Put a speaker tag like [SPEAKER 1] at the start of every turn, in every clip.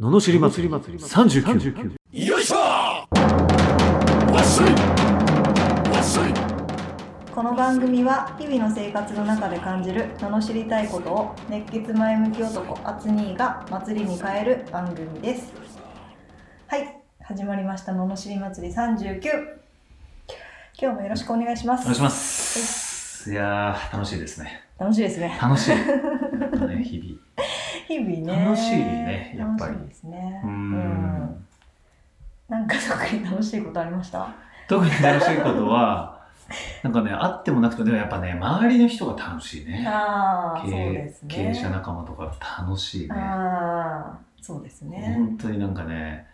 [SPEAKER 1] ののしり祭り39
[SPEAKER 2] よいしょわっしょいわっしょい
[SPEAKER 3] この番組は日々の生活の中で感じる罵りたいことを熱血前向き男アツニーが祭りに変える番組ですはい始まりました罵り祭り39今日もよろしくお願いします
[SPEAKER 4] お願いします。いやー、楽しいですね。
[SPEAKER 3] 楽しいですね
[SPEAKER 4] 楽しい。 ね、日
[SPEAKER 3] 日々ね
[SPEAKER 4] 楽しいねやっぱり
[SPEAKER 3] 楽しいですね
[SPEAKER 4] 々。うー
[SPEAKER 3] うん
[SPEAKER 4] ん。
[SPEAKER 3] なんか特に楽しいことありました
[SPEAKER 4] 特に楽しいことは、なんかね、あってもなくても、でもやっぱね、周りの人が楽しいね。
[SPEAKER 3] ああそう
[SPEAKER 4] 経
[SPEAKER 3] ですね
[SPEAKER 4] 経営者仲間とか楽しいね。
[SPEAKER 3] ああそうですね
[SPEAKER 4] 本当になんかね、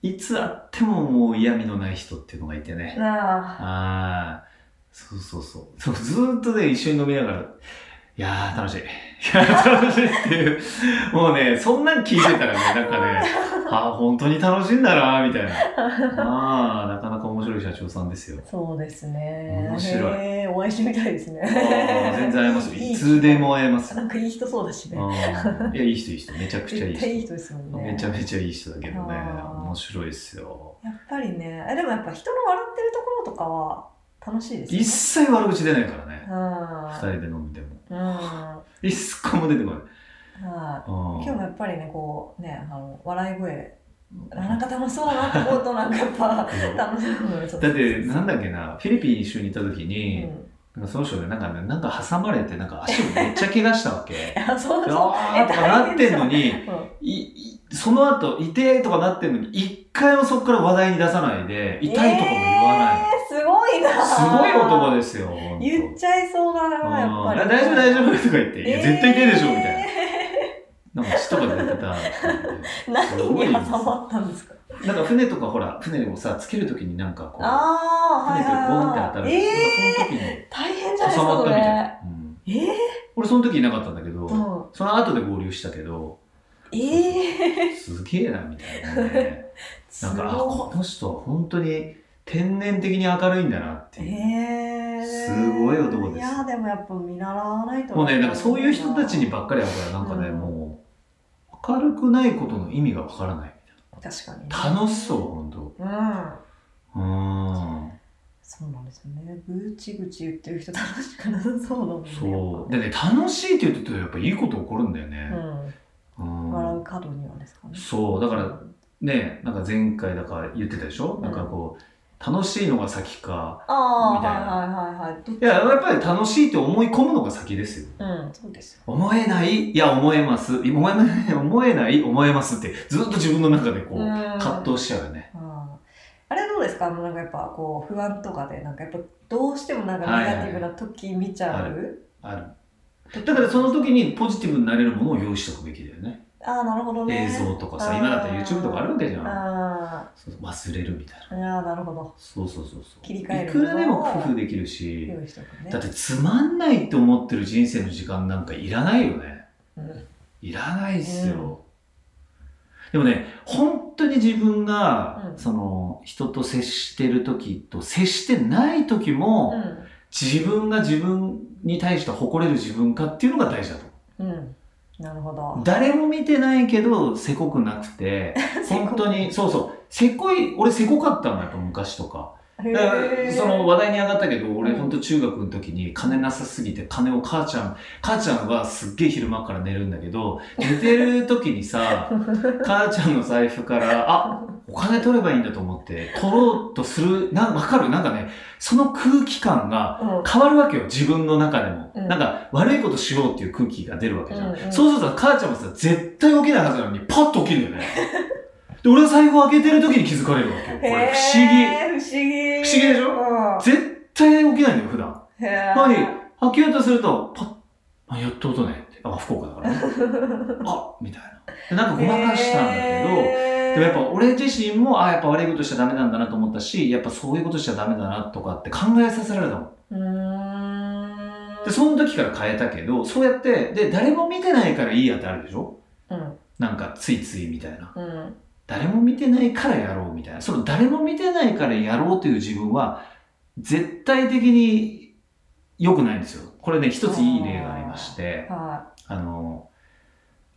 [SPEAKER 4] いつあってももう嫌味のない人っていうのがいてね。
[SPEAKER 3] あ
[SPEAKER 4] ああ、そうそうそう。そうずーっとね、一緒に飲みながら、いやー、楽しい。いやー、楽しいっていう。もうね、そんなん聞いてたらね、なんか ね、ああ、本当に楽しいんだなー、みたいな。ああ、なかなか面白い社長さんですよ。
[SPEAKER 3] あそうですね
[SPEAKER 4] 面白い
[SPEAKER 3] へーお会いしてみたいですね
[SPEAKER 4] ああ、全然会えますよ。
[SPEAKER 3] いい
[SPEAKER 4] いつでも会えます。あ
[SPEAKER 3] なんかいい人そうだしね。
[SPEAKER 4] あ、いや、いい人、いい人。めちゃくちゃいい
[SPEAKER 3] 絶
[SPEAKER 4] 人。
[SPEAKER 3] 対いい人ですもんね。
[SPEAKER 4] めちゃめちゃいい人だけどね、
[SPEAKER 3] あー
[SPEAKER 4] 面白いですよ。
[SPEAKER 3] やっぱりね、あでもやっぱ人の笑ってるところとかは楽しいですね。
[SPEAKER 4] 一切悪口出ないからね。
[SPEAKER 3] うん
[SPEAKER 4] 二人で飲んでも。
[SPEAKER 3] うん。は
[SPEAKER 4] 一個も出てこない。
[SPEAKER 3] い
[SPEAKER 4] 今
[SPEAKER 3] 今日もやっぱりね、こうね、あの笑い声、あなんか楽しそうだなって思うと、なんかやっぱ楽しむ。そう
[SPEAKER 4] だって、なんだっけな、フィリピン一緒にいた時
[SPEAKER 3] う
[SPEAKER 4] に、
[SPEAKER 3] ん、
[SPEAKER 4] なんかその人でなんかね、なんか挟まれて、なんか足をめっちゃ怪我した わけ。で
[SPEAKER 3] あ、そうそう。
[SPEAKER 4] あーとかなってんのに、
[SPEAKER 3] うん
[SPEAKER 4] いいその後、痛えとかなってんのに、一回もそこから話題に出さないで、痛いとかも言わない。
[SPEAKER 3] えーすごいな。
[SPEAKER 4] すごい男ですよ、ほんと
[SPEAKER 3] 言っちゃいそうだな、やっぱ
[SPEAKER 4] うん
[SPEAKER 3] り。
[SPEAKER 4] 大丈夫大丈夫とか言って、いや絶対痛いでしょ、みたいな。
[SPEAKER 3] い
[SPEAKER 4] なんか血とか出てた。
[SPEAKER 3] な。何に挟まったんですか
[SPEAKER 4] なんか船とかほら、船をさ、つけるときになんかこう、
[SPEAKER 3] ああ、は
[SPEAKER 4] 船
[SPEAKER 3] い
[SPEAKER 4] とボンって当た
[SPEAKER 3] はいは
[SPEAKER 4] る。
[SPEAKER 3] い。ええ
[SPEAKER 4] なんかその時に
[SPEAKER 3] ー、大変じゃないです
[SPEAKER 4] 挟
[SPEAKER 3] か、
[SPEAKER 4] まっ
[SPEAKER 3] そ
[SPEAKER 4] たみたいな
[SPEAKER 3] れ。。
[SPEAKER 4] うん
[SPEAKER 3] えー、
[SPEAKER 4] 俺その時いなかったんだけど、
[SPEAKER 3] うん
[SPEAKER 4] その後で合流したけ ど、
[SPEAKER 3] ええー、
[SPEAKER 4] すげえなみたいな ね。なんか、あ、
[SPEAKER 3] すご
[SPEAKER 4] この人は本当に天然的に明るいんだなって
[SPEAKER 3] い
[SPEAKER 4] いう。
[SPEAKER 3] えー、
[SPEAKER 4] すごい男です
[SPEAKER 3] いやーでもやっぱ見習わないと
[SPEAKER 4] もうね、なんかそういう人たちにばっかりだから、なんかね、
[SPEAKER 3] うん
[SPEAKER 4] もう、明るくないことの意味がわからない
[SPEAKER 3] 確かにね、
[SPEAKER 4] みたいな。楽しそう、本当。
[SPEAKER 3] うん
[SPEAKER 4] うー
[SPEAKER 3] そうなんですよねぐちぐち言ってる人楽しくなさそうだもんね
[SPEAKER 4] ん。そう。でね、楽しいって言ってると、やっぱいいこと起こるんだよ
[SPEAKER 3] やっぱ
[SPEAKER 4] ね。う
[SPEAKER 3] うん、笑
[SPEAKER 4] ん
[SPEAKER 3] う。角にはですかね
[SPEAKER 4] そう、だから、ね、なんか前回だから言ってたでしょ、なんかこう、楽しいのが先か、
[SPEAKER 3] あ
[SPEAKER 4] みたいな
[SPEAKER 3] あはいはいはいはいどっ
[SPEAKER 4] いや、やっぱり楽しいって思い込むのが先ですよ。
[SPEAKER 3] うんそうですよ
[SPEAKER 4] 思えない、いや、思えます、思えない、思えない、思えますって、ずっと自分の中でこう、
[SPEAKER 3] うん
[SPEAKER 4] 葛藤しちゃうよね。
[SPEAKER 3] あーあれはどうですかあのなんかやっぱこう不安とかでなんかやっぱどうしてもなんかネガティブな時見ちゃう、
[SPEAKER 4] はいある。だからその時にポジティブになれるものを用意しておくべきだよね。
[SPEAKER 3] ああなるほどね
[SPEAKER 4] 映像とかさ、
[SPEAKER 3] あー
[SPEAKER 4] 今だったら YouTube とかあるわけじゃん。
[SPEAKER 3] あ
[SPEAKER 4] そうそう忘れるみたいな。
[SPEAKER 3] あいやーなるほど
[SPEAKER 4] そうそうそうそう。
[SPEAKER 3] 切り替える
[SPEAKER 4] いくらでも工夫できるし、
[SPEAKER 3] 用意しておくね
[SPEAKER 4] だってつまんないって思ってる人生の時間なんかいらないよね。
[SPEAKER 3] うん
[SPEAKER 4] いらないっすよ、でもね本当に自分が、
[SPEAKER 3] うん
[SPEAKER 4] その人と接してる時と接してない時も、自分が自分に対して誇れる自分かっていうのが大事だと思
[SPEAKER 3] うん、うん、なるほ
[SPEAKER 4] う
[SPEAKER 3] ど
[SPEAKER 4] 誰も見てないけどせこくなくて本当にそうそうせこい俺せこかったのやっぱ昔とか
[SPEAKER 3] へ
[SPEAKER 4] だから
[SPEAKER 3] ー
[SPEAKER 4] その話題に上がったけど俺
[SPEAKER 3] うん
[SPEAKER 4] 本当中学の時に金なさすぎて金を母ちゃん母ちゃんはすっげえ昼間から寝るんだけど寝てる時にさ 母ちゃんの財布からあお金取ればいいんだと思って取ろうとするなわかるなんかねその空気感が
[SPEAKER 3] うん
[SPEAKER 4] 変わるわけよ自分の中でも、
[SPEAKER 3] うん
[SPEAKER 4] なんか悪いことしようっていう空気が出るわけじゃん、
[SPEAKER 3] うんうん
[SPEAKER 4] そうすると母ちゃんもさ絶対起きないはずなのにパッと起きるんだよねで俺は財布を開けてる時に気づかれるわけよこれ不思議
[SPEAKER 3] へー不思議
[SPEAKER 4] 不思議でしょ
[SPEAKER 3] ょ
[SPEAKER 4] 絶対起きないんだよ、普段。
[SPEAKER 3] へえ
[SPEAKER 4] なのに、開けようとすると、パッ、あ、やっと音ねって。あ、福岡だか ら、ね。あ、みたいな。でなんかごまかしたんだけど、でもやっぱ俺自身も、あ、やっぱ悪いことしちゃダメなんだなと思ったし、やっぱそういうことしちゃダメだなとかって考えさせられたもん。
[SPEAKER 3] うーん
[SPEAKER 4] で、その時から変えたけど、そうやって、で、誰も見てないからいいやってあるでしょ
[SPEAKER 3] うん
[SPEAKER 4] なんか、ついついみたいな。
[SPEAKER 3] うん
[SPEAKER 4] 誰も見てないからやろうみたいな。その誰も見てないからやろうという自分は、絶対的に良くないんですよ。これね、一ついい例がありまして、
[SPEAKER 3] は
[SPEAKER 4] あの、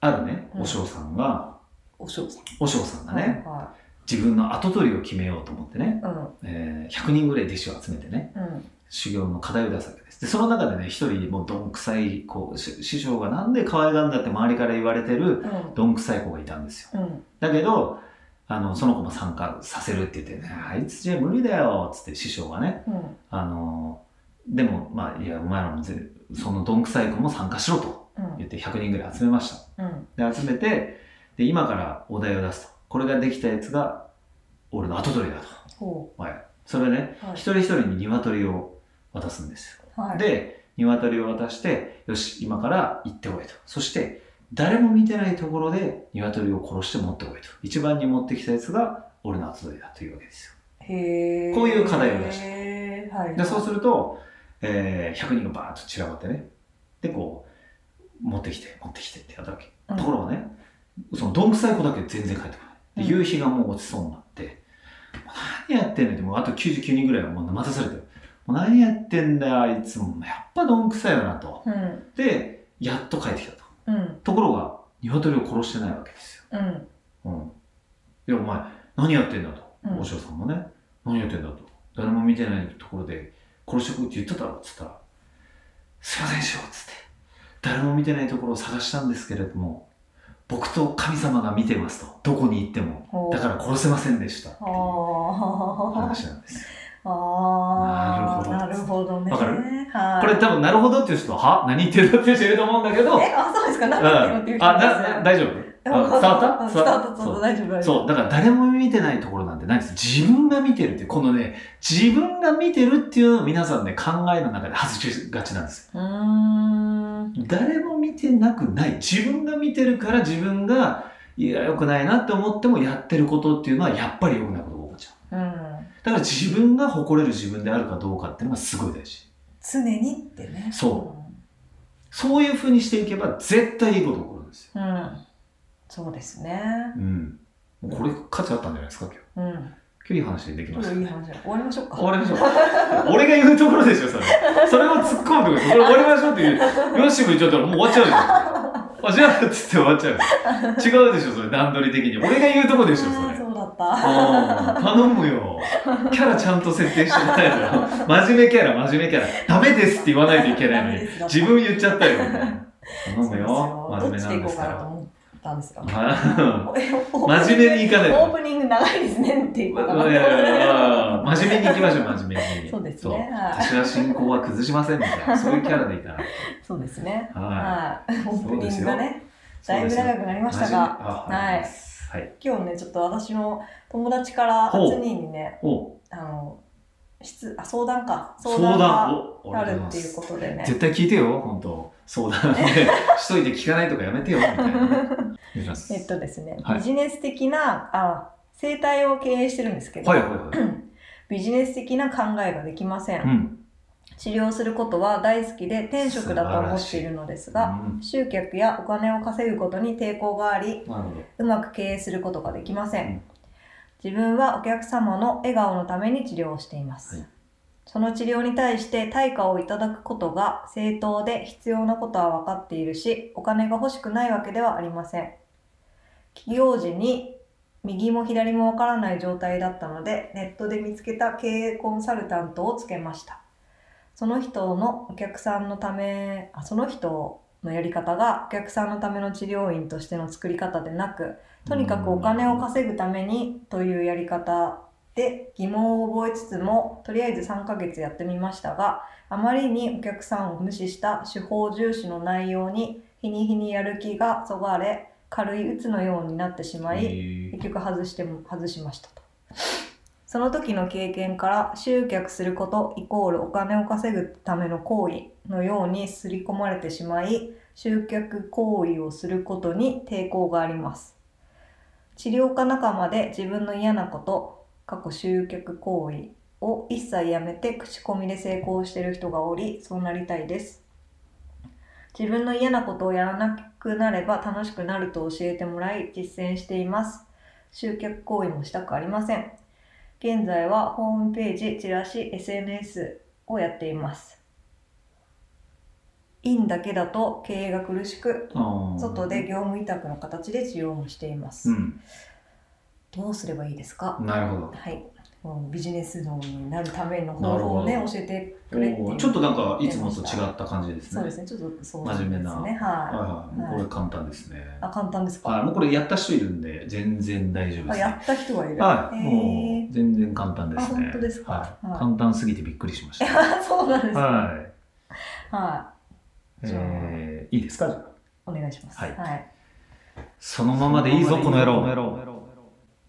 [SPEAKER 4] あるね、
[SPEAKER 3] うん
[SPEAKER 4] お嬢さんが、
[SPEAKER 3] おしょうさん。
[SPEAKER 4] 和尚さんが
[SPEAKER 3] はい
[SPEAKER 4] ね、
[SPEAKER 3] は
[SPEAKER 4] 自分の跡取りを決めようと思ってね、
[SPEAKER 3] い。うん。
[SPEAKER 4] えー100人ぐらい弟子を集めてね、
[SPEAKER 3] うん。
[SPEAKER 4] 修行の課題を出すわけです。で、その中でね、一人、もうどんくさい子、し師匠がなんで可愛がるんだって周りから言われてる、
[SPEAKER 3] うん。
[SPEAKER 4] どんくさい子がいたんですよ。
[SPEAKER 3] うん。
[SPEAKER 4] だけど、あの、その子も参加させるって言ってね、あいつじゃ無理だよ、つって師匠がね、
[SPEAKER 3] うん。
[SPEAKER 4] あの、でも、まあ、いや、お前らもぜ、そのどんくさい子も参加しろと
[SPEAKER 3] うん。
[SPEAKER 4] 言って100人ぐらい集めました。
[SPEAKER 3] うん。
[SPEAKER 4] で集めてで今からお題を出すとこれができたやつが俺の後取りだと、
[SPEAKER 3] ほ
[SPEAKER 4] はい、それね
[SPEAKER 3] う。はい
[SPEAKER 4] 一。人一人に鶏を渡すんですよ、
[SPEAKER 3] はい。
[SPEAKER 4] で鶏を渡してよし今から行ってこいとそして誰も見てないところで鶏を殺して持ってこいと一番に持ってきたやつが俺の後取りだというわけですよ
[SPEAKER 3] へー
[SPEAKER 4] こういう課題を出して
[SPEAKER 3] へーはい。
[SPEAKER 4] でそうすると、えー100人がバーッと散らばってねでこう持ってきて持ってきてってやったわけ
[SPEAKER 3] うん
[SPEAKER 4] ところがね、そのどんくさい子だけ全然帰ってこない。で
[SPEAKER 3] うん
[SPEAKER 4] 夕日がもう落ちそうになって、もう何やってんのって、もうあと99人ぐらいはもう待たされてる。もう何やってんだよ、あいつも。やっぱどんくさいよなと。
[SPEAKER 3] うん。
[SPEAKER 4] で、やっと帰ってきたと。
[SPEAKER 3] うん。
[SPEAKER 4] ところが、鶏を殺してないわけですよ。
[SPEAKER 3] うん。
[SPEAKER 4] うん。いや、お前、何やってんだと。
[SPEAKER 3] うん
[SPEAKER 4] お嬢さんもね、何やってんだと。誰も見てないところで、殺してくって言ってたろっつったら、すいません、師匠、つって。誰も見てないところを探したんですけれども、僕と神様が見てますと。どこに行っても。
[SPEAKER 3] ほう
[SPEAKER 4] だから殺せませんでした。って
[SPEAKER 3] あ
[SPEAKER 4] いう
[SPEAKER 3] ー
[SPEAKER 4] 話なんです。
[SPEAKER 3] あー。
[SPEAKER 4] な
[SPEAKER 3] な
[SPEAKER 4] る
[SPEAKER 3] る
[SPEAKER 4] ほ
[SPEAKER 3] ほどね。
[SPEAKER 4] わかる
[SPEAKER 3] は
[SPEAKER 4] こ
[SPEAKER 3] い。
[SPEAKER 4] れ多分、なるほどっていう人は、は何言ってるんだっていう人いると思うんだけど、うん。
[SPEAKER 3] え、あ、そうですか。なんか言ってるっていう人
[SPEAKER 4] あ、な、な大丈夫あ伝わった
[SPEAKER 3] う
[SPEAKER 4] 伝
[SPEAKER 3] ん伝
[SPEAKER 4] わ
[SPEAKER 3] わ
[SPEAKER 4] っ
[SPEAKER 3] ったた、伝わった、大丈夫、大丈夫。
[SPEAKER 4] そう、だから誰も見てないところなんてないんです。自分が見てるっていう、このね、自分が見てるっていうのを皆さんね、考えの中で外しがちなんですよ。
[SPEAKER 3] うーん。
[SPEAKER 4] 誰も見てなくない。自分が見てるから自分が、いや、良くないなって思ってもやってることっていうのは、やっぱり良くないことが起こっちゃう。
[SPEAKER 3] うん。
[SPEAKER 4] だから自分が誇れる自分であるかどうかっていうのがすごい大事。
[SPEAKER 3] 常にってね。
[SPEAKER 4] そそういうふうにしていけば、絶対いいこと起こるんですよ。
[SPEAKER 3] う。うん。そうですね。
[SPEAKER 4] うん。もうこれ、価値あったんじゃないですか、今日。
[SPEAKER 3] うん。
[SPEAKER 4] 今日いい話でき
[SPEAKER 3] ち
[SPEAKER 4] ま
[SPEAKER 3] ょっ
[SPEAKER 4] し
[SPEAKER 3] と
[SPEAKER 4] た
[SPEAKER 3] い
[SPEAKER 4] ね
[SPEAKER 3] い。話だ。終わりましょうか。
[SPEAKER 4] 終わりましょう。 俺が言うところでしょ、それ。それを突っ込むところ、それ終わりましょうって言う。よしも言っちゃったらもう終わっちゃうじゃん。あ、じゃあっつって終わっちゃう。違うでしょ、それ、段取り的に。俺が言うとこでしょ、そ
[SPEAKER 3] あー
[SPEAKER 4] れ。
[SPEAKER 3] そうだった。
[SPEAKER 4] あー頼むよ。キャラちゃんと設定してもらえたら。真面目キャラ、真面目キャラ。ダメですって言わないといけないの
[SPEAKER 3] ダメ
[SPEAKER 4] に
[SPEAKER 3] です。だ
[SPEAKER 4] 自分言っちゃったよ。頼むよ。真面目なんですか
[SPEAKER 3] そうですどっちでいこうかなと
[SPEAKER 4] ら。
[SPEAKER 3] 思ったんですが。
[SPEAKER 4] あ 真
[SPEAKER 3] 真
[SPEAKER 4] 面目にいかない
[SPEAKER 3] オ
[SPEAKER 4] と
[SPEAKER 3] ープニング長いですねっていうこ
[SPEAKER 4] ー
[SPEAKER 3] とか
[SPEAKER 4] い
[SPEAKER 3] な。
[SPEAKER 4] やいやいや真面目に行きましょう、真面目に。
[SPEAKER 3] そうですね。はい
[SPEAKER 4] 私は信仰は崩しませんみたいな、 そういうキャラでいたら。
[SPEAKER 3] そうですね。
[SPEAKER 4] は
[SPEAKER 3] はい。オープニングがね、
[SPEAKER 4] い。
[SPEAKER 3] だいぶ長
[SPEAKER 4] く
[SPEAKER 3] くなりましたが、
[SPEAKER 4] はい。はい。
[SPEAKER 3] 今日ね、ちょっと私の友達から
[SPEAKER 4] ほう
[SPEAKER 3] 8人にね、
[SPEAKER 4] お、
[SPEAKER 3] あの、質、あ、相談か。
[SPEAKER 4] 相
[SPEAKER 3] が
[SPEAKER 4] 談。お、
[SPEAKER 3] あ
[SPEAKER 4] ありがと
[SPEAKER 3] る
[SPEAKER 4] う
[SPEAKER 3] っ
[SPEAKER 4] ご
[SPEAKER 3] て
[SPEAKER 4] ざい
[SPEAKER 3] いう
[SPEAKER 4] ます。
[SPEAKER 3] ことでね。
[SPEAKER 4] 絶対聞いてよ、本当。相談ね しといて聞かないとかやめてよ、みたいな。お願いします
[SPEAKER 3] えっとですね、
[SPEAKER 4] はい
[SPEAKER 3] ビジネス的な、あ、生態を経営してるんですけど、
[SPEAKER 4] はいはいはい。
[SPEAKER 3] ビジネス的な考えができません。
[SPEAKER 4] うん。
[SPEAKER 3] 治療することは大好きで天職だと思っているのですが、
[SPEAKER 4] うん
[SPEAKER 3] 集客やお金を稼ぐことに抵抗があり、
[SPEAKER 4] なるほど。
[SPEAKER 3] うまく経営することができません。
[SPEAKER 4] うん
[SPEAKER 3] 自分はお客様の笑顔のために治療をしています。
[SPEAKER 4] はい
[SPEAKER 3] その治療に対して対価をいただくことが正当で必要なことは分かっているし、お金が欲しくないわけではありません。起業時に右も左もわからない状態だったので、ネットで見つけた経営コンサルタントをつけました。その人のお客さんのため、あその人のやり方がお客さんのための治療院としての作り方でなく、とにかくお金を稼ぐためにというやり方で疑問を覚えつつもとりあえず3ヶ月やってみましたがあまりにお客さんを無視した手法重視の内容に日に日にやる気がそがれ軽い鬱のようになってしまい
[SPEAKER 4] い。
[SPEAKER 3] 結局外しても外しましたとその時の経験から集客することイコールお金を稼ぐための行為のように刷り込まれてしまい集客行為をすることに抵抗があります治療家仲間で自分の嫌なこと過去集客行為を一切やめて口コミで成功している人がおりそうなりたいです自分の嫌なことをやらなくなれば楽しくなると教えてもらい実践しています集客行為もしたくありません現在はホームページチラシ SNS をやっています院だけだと経営が苦しく
[SPEAKER 4] うん
[SPEAKER 3] 外で業務委託の形で治療もしています、
[SPEAKER 4] うん
[SPEAKER 3] どうすればいいですか、
[SPEAKER 4] なるほど
[SPEAKER 3] はいもうビジネス脳になるための方法をね
[SPEAKER 4] なるほ
[SPEAKER 3] 教えてくれって
[SPEAKER 4] お
[SPEAKER 3] い
[SPEAKER 4] ー
[SPEAKER 3] う
[SPEAKER 4] ちょっとなんかいつもと違った感じですね
[SPEAKER 3] そうですねちょっとそうですね
[SPEAKER 4] 真面目な
[SPEAKER 3] はい、
[SPEAKER 4] はいはい、もうこれ簡単ですね、
[SPEAKER 3] あ簡単ですか、
[SPEAKER 4] はい、もうこれやった人いるんで全然大丈夫で
[SPEAKER 3] あ
[SPEAKER 4] すね
[SPEAKER 3] やった人がいる
[SPEAKER 4] はい、
[SPEAKER 3] へー
[SPEAKER 4] もう全然簡単ですね。
[SPEAKER 3] あ本当ですか
[SPEAKER 4] はい
[SPEAKER 3] はい
[SPEAKER 4] 簡単すぎてびっくりしました。
[SPEAKER 3] あ そうなんですかはい、
[SPEAKER 4] はい。
[SPEAKER 3] じゃあ
[SPEAKER 4] えー、いいですかじゃあ
[SPEAKER 3] お願いします
[SPEAKER 4] はい
[SPEAKER 3] はい、
[SPEAKER 4] そのままでいいぞ、この野郎。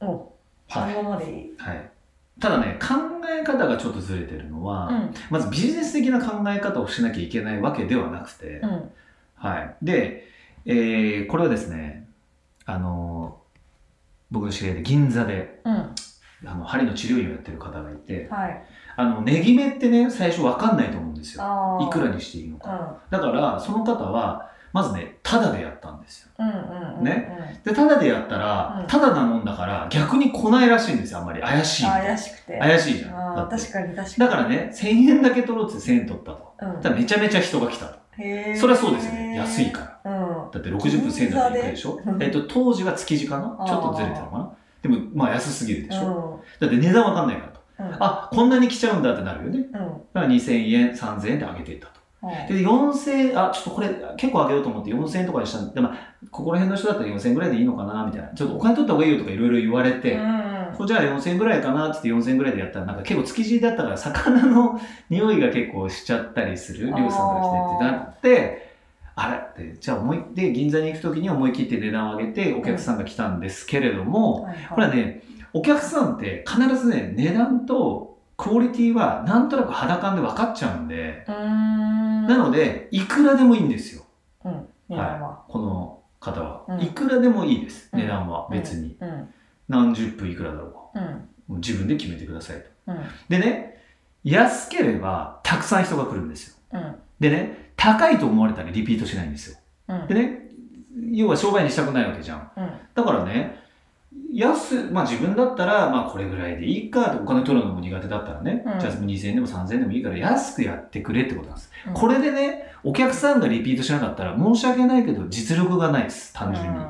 [SPEAKER 3] おそ
[SPEAKER 4] はい。
[SPEAKER 3] のままでいい、
[SPEAKER 4] はい。ただね、考え方がちょっとずれてるのは、
[SPEAKER 3] うん
[SPEAKER 4] まずビジネス的な考え方をしなきゃいけないわけではなくて、
[SPEAKER 3] うん
[SPEAKER 4] はい。で、えーこれはですね、あのー僕の知り合いで銀座で、
[SPEAKER 3] うん
[SPEAKER 4] あの、針の治療院をやってる方がいて、
[SPEAKER 3] はい
[SPEAKER 4] あの、ネギ目ってね、最初わかんないと思うんですよ。
[SPEAKER 3] あー
[SPEAKER 4] いくらにしていいの
[SPEAKER 3] う
[SPEAKER 4] か。
[SPEAKER 3] ん
[SPEAKER 4] だから、その方は、まずね、タダでやったんですよ。
[SPEAKER 3] うんうんうんうん
[SPEAKER 4] ねで、タダでやったら
[SPEAKER 3] う、ん
[SPEAKER 4] タダなもんだから、逆に来ないらしいんですよ、あんまり。怪しいみたいな。
[SPEAKER 3] 怪しくて
[SPEAKER 4] 怪しいじゃん。だ
[SPEAKER 3] あ
[SPEAKER 4] っ
[SPEAKER 3] ー
[SPEAKER 4] て
[SPEAKER 3] 確かに確か
[SPEAKER 4] だ
[SPEAKER 3] に
[SPEAKER 4] からね、1000円だけ取ろうって1000円取ったと。
[SPEAKER 3] うん
[SPEAKER 4] ただめちゃめちゃ人が来たと。
[SPEAKER 3] へー
[SPEAKER 4] それはそうですよね。安いから。
[SPEAKER 3] うん
[SPEAKER 4] だって60分1000円だったらいくらでしょ
[SPEAKER 3] 銀座で
[SPEAKER 4] えっと、当時は築地かな
[SPEAKER 3] あー
[SPEAKER 4] ちょっとずれたのかなでも、まあ安すぎるでしょ、
[SPEAKER 3] ょ
[SPEAKER 4] だって値段わかんないからと。
[SPEAKER 3] うんうん
[SPEAKER 4] あ、こんなに来ちゃうんだってなるよね。
[SPEAKER 3] うん
[SPEAKER 4] だから2000円、3000円で上げていったと。
[SPEAKER 3] はい
[SPEAKER 4] で、4000あ、ちょっとこれ結構上げようと思って4000円とかにしたんで、まあ、ここら辺の人だったら4000円ぐらいでいいのかな、みたいな。ちょっとお金取った方がいいよとかいろいろ言われて、
[SPEAKER 3] うん
[SPEAKER 4] これじゃあ4000円ぐらいかなって言って4000円ぐらいでやったら、なんか結構築地だったから魚の匂いが結構しちゃったりする、漁師さんが来てってなって、あれって、じゃあ思い、で、銀座に行くときに思い切って値段を上げてお客さんが来たんですけれども、
[SPEAKER 3] はいはい
[SPEAKER 4] これはね、お客さんって必ずね、値段とクオリティはなんとなく肌感で分かっちゃうんで、
[SPEAKER 3] うーん
[SPEAKER 4] なので、いくらでもいいんですよ、
[SPEAKER 3] うん値段は
[SPEAKER 4] この方は。
[SPEAKER 3] うん
[SPEAKER 4] いくらでもいいです、
[SPEAKER 3] うん
[SPEAKER 4] 値段は別に。
[SPEAKER 3] うん
[SPEAKER 4] 何十分いくらだろうか。
[SPEAKER 3] うん
[SPEAKER 4] もう自分で決めてくださいと。
[SPEAKER 3] うん
[SPEAKER 4] でね、安ければたくさん人が来るんですよ。
[SPEAKER 3] うん
[SPEAKER 4] でね、高いと思われたらリピートしないんですよ。
[SPEAKER 3] うん
[SPEAKER 4] でね、要は商売にしたくないわけじゃん。
[SPEAKER 3] うん
[SPEAKER 4] だからね、安、まあ自分だったら、まあこれぐらいでいいかと、お金取るのも苦手だったらね、
[SPEAKER 3] うん
[SPEAKER 4] じゃあ2000円でも3000円でもいいから安くやってくれってことなんです。
[SPEAKER 3] うん
[SPEAKER 4] これでね、お客さんがリピートしなかったら申し訳ないけど実力がないです、単純に。っ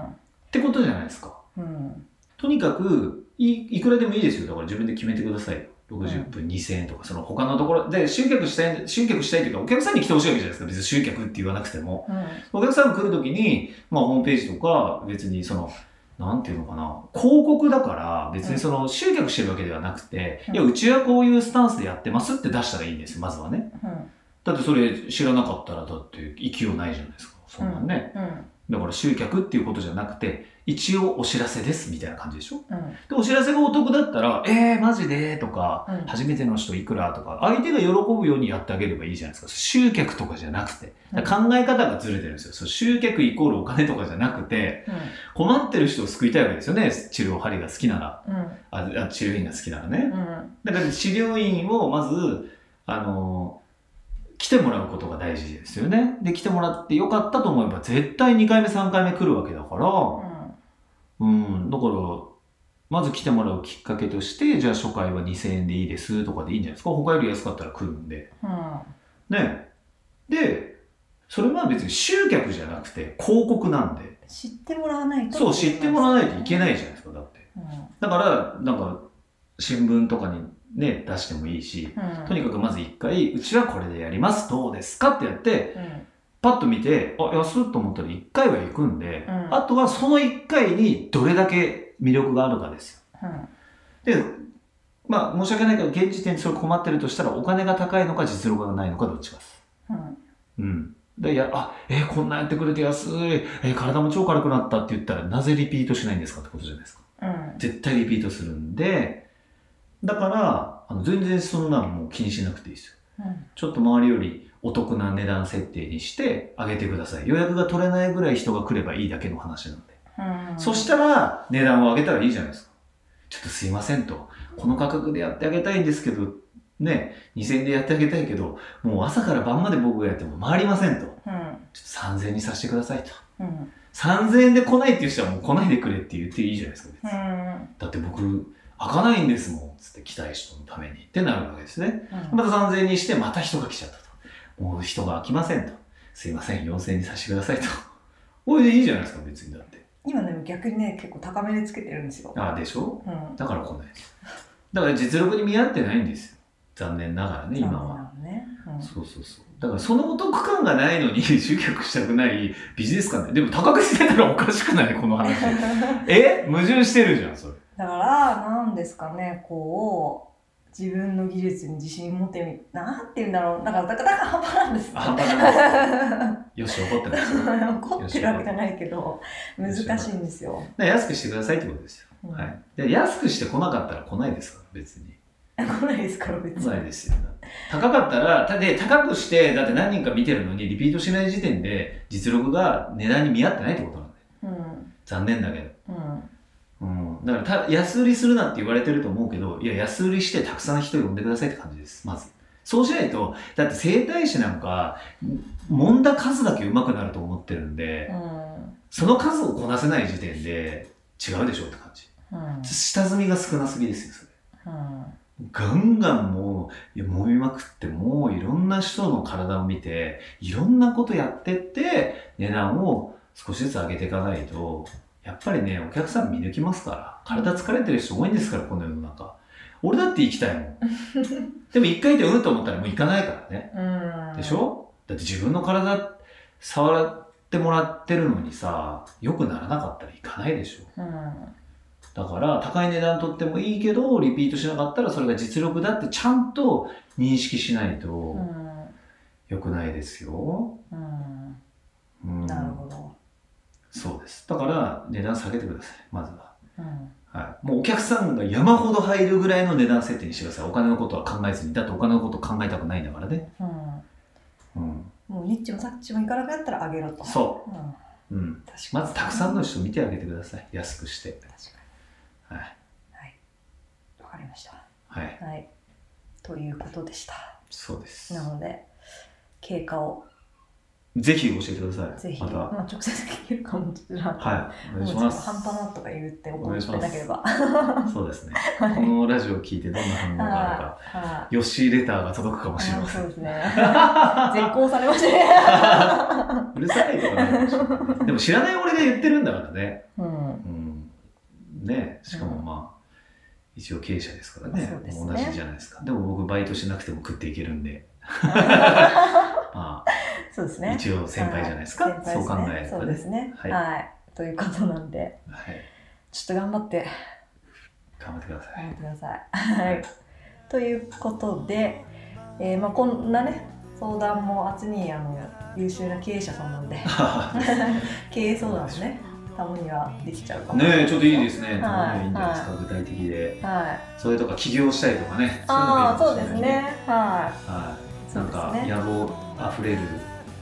[SPEAKER 4] てことじゃないですか。
[SPEAKER 3] うん
[SPEAKER 4] とにかくい、いくらでもいいですよ。だから自分で決めてくださいよ。60分2000円とか、その他のところで集客したい、集客したいというか、お客さんに来てほしいわけじゃないですか。別に集客って言わなくても。
[SPEAKER 3] うん
[SPEAKER 4] お客さんが来るときに、まあホームページとか、別にその、なんていうのかな、広告だから、別にその集客してるわけではなくて、
[SPEAKER 3] うん
[SPEAKER 4] いや、うちはこういうスタンスでやってますって出したらいいんですよ、まずはね。
[SPEAKER 3] うん
[SPEAKER 4] だってそれ知らなかったら、だって勢いないじゃないですか。そんなんね。
[SPEAKER 3] うん
[SPEAKER 4] だから集客っていうことじゃなくて、一応お知らせですみたいな感じでしょ
[SPEAKER 3] うん
[SPEAKER 4] で、お知らせがお得だったら、えー、マジでとか、
[SPEAKER 3] うん
[SPEAKER 4] 初めての人いくらとか、相手が喜ぶようにやってあげればいいじゃないですか。集客とかじゃなくて。だから考え方がずれてるんですよ。そう集客イコールお金とかじゃなくて、困ってる人を救いたいわけですよね。治療針が好きなら、
[SPEAKER 3] うん
[SPEAKER 4] ああ治療院が好きならね。
[SPEAKER 3] うんうん
[SPEAKER 4] だから治療院をまず、あの来てもらうことが大事ですよね。で、来てもらってよかったと思えば、絶対2回目、3回目来るわけだから、
[SPEAKER 3] うん
[SPEAKER 4] うん、だから、まず来てもらうきっかけとして、じゃあ初回は2000円でいいですとかでいいんじゃないですか。他より安かったら来るんで。
[SPEAKER 3] うん
[SPEAKER 4] ね。で、それは別に集客じゃなくて広告なんで。
[SPEAKER 3] 知ってもらわないと、
[SPEAKER 4] そう、知ってもらわないといけないいじゃないですか、だって。
[SPEAKER 3] うん
[SPEAKER 4] だから、なんか、新聞とかにね、出してもいいし、
[SPEAKER 3] うん、
[SPEAKER 4] とにかくまず一回、うちはこれでやります、どうですかってやって、
[SPEAKER 3] うん
[SPEAKER 4] パッと見て、あ、安っと思ったら一回は行くんで、
[SPEAKER 3] うん
[SPEAKER 4] あとはその一回にどれだけ魅力があるかですよ。
[SPEAKER 3] うん
[SPEAKER 4] で、まあ、申し訳ないけど、現時点でそれ困ってるとしたら、お金が高いのか、実力がないのか、どっちかです。
[SPEAKER 3] うん
[SPEAKER 4] うん。で、いや、あ、えーこんなんやってくれて安い、えー体も超軽くなったって言ったら、なぜリピートしないんですかってことじゃないですか。
[SPEAKER 3] うん
[SPEAKER 4] 絶対リピートするんで、だから、あの全然そんなんもう気にしなくていいですよ。
[SPEAKER 3] うん
[SPEAKER 4] ちょっと周りよりお得な値段設定にして、上げてください。予約が取れないぐらい人が来ればいいだけの話なんで。
[SPEAKER 3] うん
[SPEAKER 4] そしたら値段を上げたらいいじゃないですか。ちょっとすいませんと。この価格でやってあげたいんですけど、ね、2000円でやってあげたいけど、もう朝から晩まで僕がやっても回りませんと。ちょっ
[SPEAKER 3] うん
[SPEAKER 4] と3000円にさせてくださいと。
[SPEAKER 3] うん
[SPEAKER 4] 3000円で来ないっていう人はもう来ないでくれって言っていいじゃないですか。別
[SPEAKER 3] う
[SPEAKER 4] に
[SPEAKER 3] ん
[SPEAKER 4] だって僕、開かないんですもん。つって来たい人のためにってなるわけですね。
[SPEAKER 3] うん
[SPEAKER 4] また3000円にしてまた人が来ちゃったと。もう人が飽きませんと。すいません、4000円にさせてくださいと。これでいいじゃないですか、別にだって。
[SPEAKER 3] 今でも逆にね結構高めでつけてるんですよ、
[SPEAKER 4] ああ、でしょ
[SPEAKER 3] うん、
[SPEAKER 4] だから来ないです。だから実力に見合ってないんですよ。残念ながらね、今は。
[SPEAKER 3] 残念なのね、
[SPEAKER 4] そうそうそう。だからそのお得感がないのに 集客したくないビジネス感で。でも高くしてたらおかしくないこの話。
[SPEAKER 3] うん、
[SPEAKER 4] え矛盾してるじゃん、それ。
[SPEAKER 3] だからなんですかねこう自分の技術に自信持ってみなんて言うんだろうだからだからだから半端なんです
[SPEAKER 4] あ、まだよし、怒ってますよ。 だか
[SPEAKER 3] 怒ってるわけじゃないけど難しいんですよ、
[SPEAKER 4] ら安くしてくださいってことですよ。
[SPEAKER 3] うん
[SPEAKER 4] はい。で安くして来なかったら来ないですから、別に。
[SPEAKER 3] 来ないですから別
[SPEAKER 4] 来
[SPEAKER 3] に
[SPEAKER 4] ないですよ。高かったら、たで、高くして、だって何人か見てるのに、リピートしない時点で、実力が値段に見合ってないってことなんだよ。
[SPEAKER 3] うん
[SPEAKER 4] 残念だけど。
[SPEAKER 3] うん
[SPEAKER 4] うん。だからた、安売りするなって言われてると思うけど、いや、安売りしてたくさん人呼んでくださいって感じです、まず。そうしないと、だって整体師なんか、揉んだ数だけ上手くなると思ってるんで、
[SPEAKER 3] うん
[SPEAKER 4] その数をこなせない時点で、違うでしょうって感じ。
[SPEAKER 3] うん
[SPEAKER 4] 下積みが少なすぎですよ、それ。
[SPEAKER 3] うん
[SPEAKER 4] ガンガンもういや揉みまくってもういろんな人の体を見ていろんなことやってって値段を少しずつ上げていかないとやっぱりねお客さん見抜きますから体疲れてる人多いんですからこの世の中俺だって行きたいも んでも一回でうんと思ったらもう行かないからね
[SPEAKER 3] うん
[SPEAKER 4] でしょだって自分の体触ってもらってるのにさ良くならなかったら行かないでしょ
[SPEAKER 3] うん
[SPEAKER 4] だから高い値段取ってもいいけどリピートしなかったらそれが実力だってちゃんと認識しないと
[SPEAKER 3] うん
[SPEAKER 4] 良くないですよ、
[SPEAKER 3] うん
[SPEAKER 4] うん、
[SPEAKER 3] なるほど
[SPEAKER 4] そうですだから値段下げてくださいまずは、
[SPEAKER 3] うん
[SPEAKER 4] はい、もうお客さんが山ほど入るぐらいの値段設定にしてくださいお金のことは考えずにだってお金のこと考えたくないんだからね、
[SPEAKER 3] うん
[SPEAKER 4] うん、
[SPEAKER 3] もうニッチもサッチも行かなくなったらあげろと
[SPEAKER 4] そ
[SPEAKER 3] うん、
[SPEAKER 4] う、うん、
[SPEAKER 3] 確かに
[SPEAKER 4] まずたくさんの人見てあげてください安くして
[SPEAKER 3] 確か
[SPEAKER 4] はい
[SPEAKER 3] にわかりました
[SPEAKER 4] はい
[SPEAKER 3] はいということでした
[SPEAKER 4] そうです
[SPEAKER 3] なので経過を
[SPEAKER 4] ぜひ教えてください
[SPEAKER 3] ぜひ、
[SPEAKER 4] また
[SPEAKER 3] まあ、直接聞けるかもしれない。
[SPEAKER 4] はいお願いし
[SPEAKER 3] も
[SPEAKER 4] ま
[SPEAKER 3] うちょっと
[SPEAKER 4] す
[SPEAKER 3] 半端なとか言って思ってなければ。
[SPEAKER 4] そうですね。
[SPEAKER 3] はい
[SPEAKER 4] このラジオを聞いてどんな反応があるか、
[SPEAKER 3] は
[SPEAKER 4] ヨッシーレターが届くかも
[SPEAKER 3] い
[SPEAKER 4] しれませ
[SPEAKER 3] そ
[SPEAKER 4] ん。
[SPEAKER 3] う
[SPEAKER 4] う
[SPEAKER 3] ですね。 絶好されましたね。
[SPEAKER 4] るさいとかなるかも しれないでも知らない俺が言ってるんだからね。
[SPEAKER 3] うん。
[SPEAKER 4] うん、ねしかもまあ、一応経営者ですからね
[SPEAKER 3] そうです
[SPEAKER 4] 同
[SPEAKER 3] ね
[SPEAKER 4] じじゃないですか。でも僕バイトしなくても食っていけるんで、 ま
[SPEAKER 3] そうです
[SPEAKER 4] あ、
[SPEAKER 3] ね。
[SPEAKER 4] 一応先輩じゃないですか。
[SPEAKER 3] はい
[SPEAKER 4] そう考える
[SPEAKER 3] そ
[SPEAKER 4] と
[SPEAKER 3] う
[SPEAKER 4] ね
[SPEAKER 3] で。すね。
[SPEAKER 4] はい
[SPEAKER 3] はい。ということなんで、
[SPEAKER 4] はい、
[SPEAKER 3] ちょっと頑張って
[SPEAKER 4] 頑張ってくださ
[SPEAKER 3] 頑張っ
[SPEAKER 4] い。
[SPEAKER 3] てください。はい。ということで、えーまあこんなね相談もあつにあの優秀な経営者さんなんで 経営相談もねたまにはできちゃうかも。
[SPEAKER 4] ねえちょっといいですね。
[SPEAKER 3] はい
[SPEAKER 4] いいんじゃないですか、具体的で。
[SPEAKER 3] はい。
[SPEAKER 4] それとか起業したいとかね。いのもいい
[SPEAKER 3] ああ
[SPEAKER 4] か
[SPEAKER 3] そう
[SPEAKER 4] もしれ
[SPEAKER 3] で
[SPEAKER 4] ない
[SPEAKER 3] す。ね。は。
[SPEAKER 4] はいい、なんか
[SPEAKER 3] そうですね。
[SPEAKER 4] 野望あふれる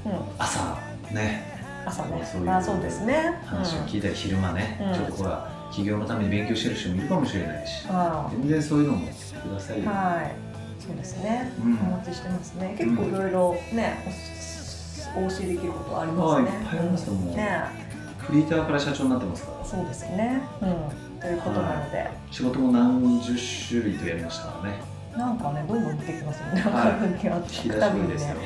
[SPEAKER 3] うん。
[SPEAKER 4] 朝ね
[SPEAKER 3] 朝
[SPEAKER 4] そうい
[SPEAKER 3] ね。
[SPEAKER 4] う
[SPEAKER 3] あそうですね。
[SPEAKER 4] 話を聞いたり昼間ね、
[SPEAKER 3] うん
[SPEAKER 4] ちょっとほら起業のために勉強してる人もいるかもしれないし
[SPEAKER 3] うん。は
[SPEAKER 4] 全然そういうのもください
[SPEAKER 3] い。
[SPEAKER 4] よ、
[SPEAKER 3] はい。そうですね。
[SPEAKER 4] うん
[SPEAKER 3] お待ちしてますね。結構いろいろね、おすお教えできることあります
[SPEAKER 4] はい
[SPEAKER 3] ね
[SPEAKER 4] い。っぱいありますよもう、
[SPEAKER 3] うんね。
[SPEAKER 4] フリーターから社長になってますから
[SPEAKER 3] そうですね。うん。ということなので、
[SPEAKER 4] 仕事も何十種類とやりましたからね
[SPEAKER 3] なんかねどんどん出てきますよね。
[SPEAKER 4] はい
[SPEAKER 3] わかる時は
[SPEAKER 4] 引き出し多いですよ、
[SPEAKER 3] ね。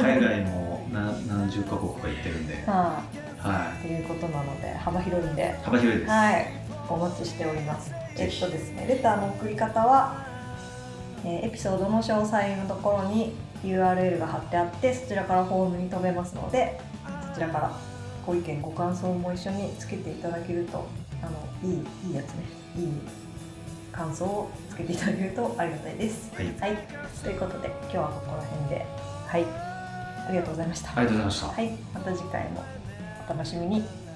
[SPEAKER 4] 海外も何何十カ国か行ってるんで、
[SPEAKER 3] はい。
[SPEAKER 4] は
[SPEAKER 3] ということなので幅広いんで。
[SPEAKER 4] い、幅広いです、
[SPEAKER 3] はい、お待ちしております。えっとですね、レターの送り方は、えーエピソードの詳細のところに URL が貼ってあって、そちらからフォームに飛べますので、そちらからご意見、ご感想も一緒につけていただけると、あのいいいいやつね、いい感想をつけていただけると ありがたいです。
[SPEAKER 4] はい
[SPEAKER 3] はい、ということで今日はここら辺で、はい、ありがとうございました。
[SPEAKER 4] ありがとうございました
[SPEAKER 3] はい、また次回もお楽しみに。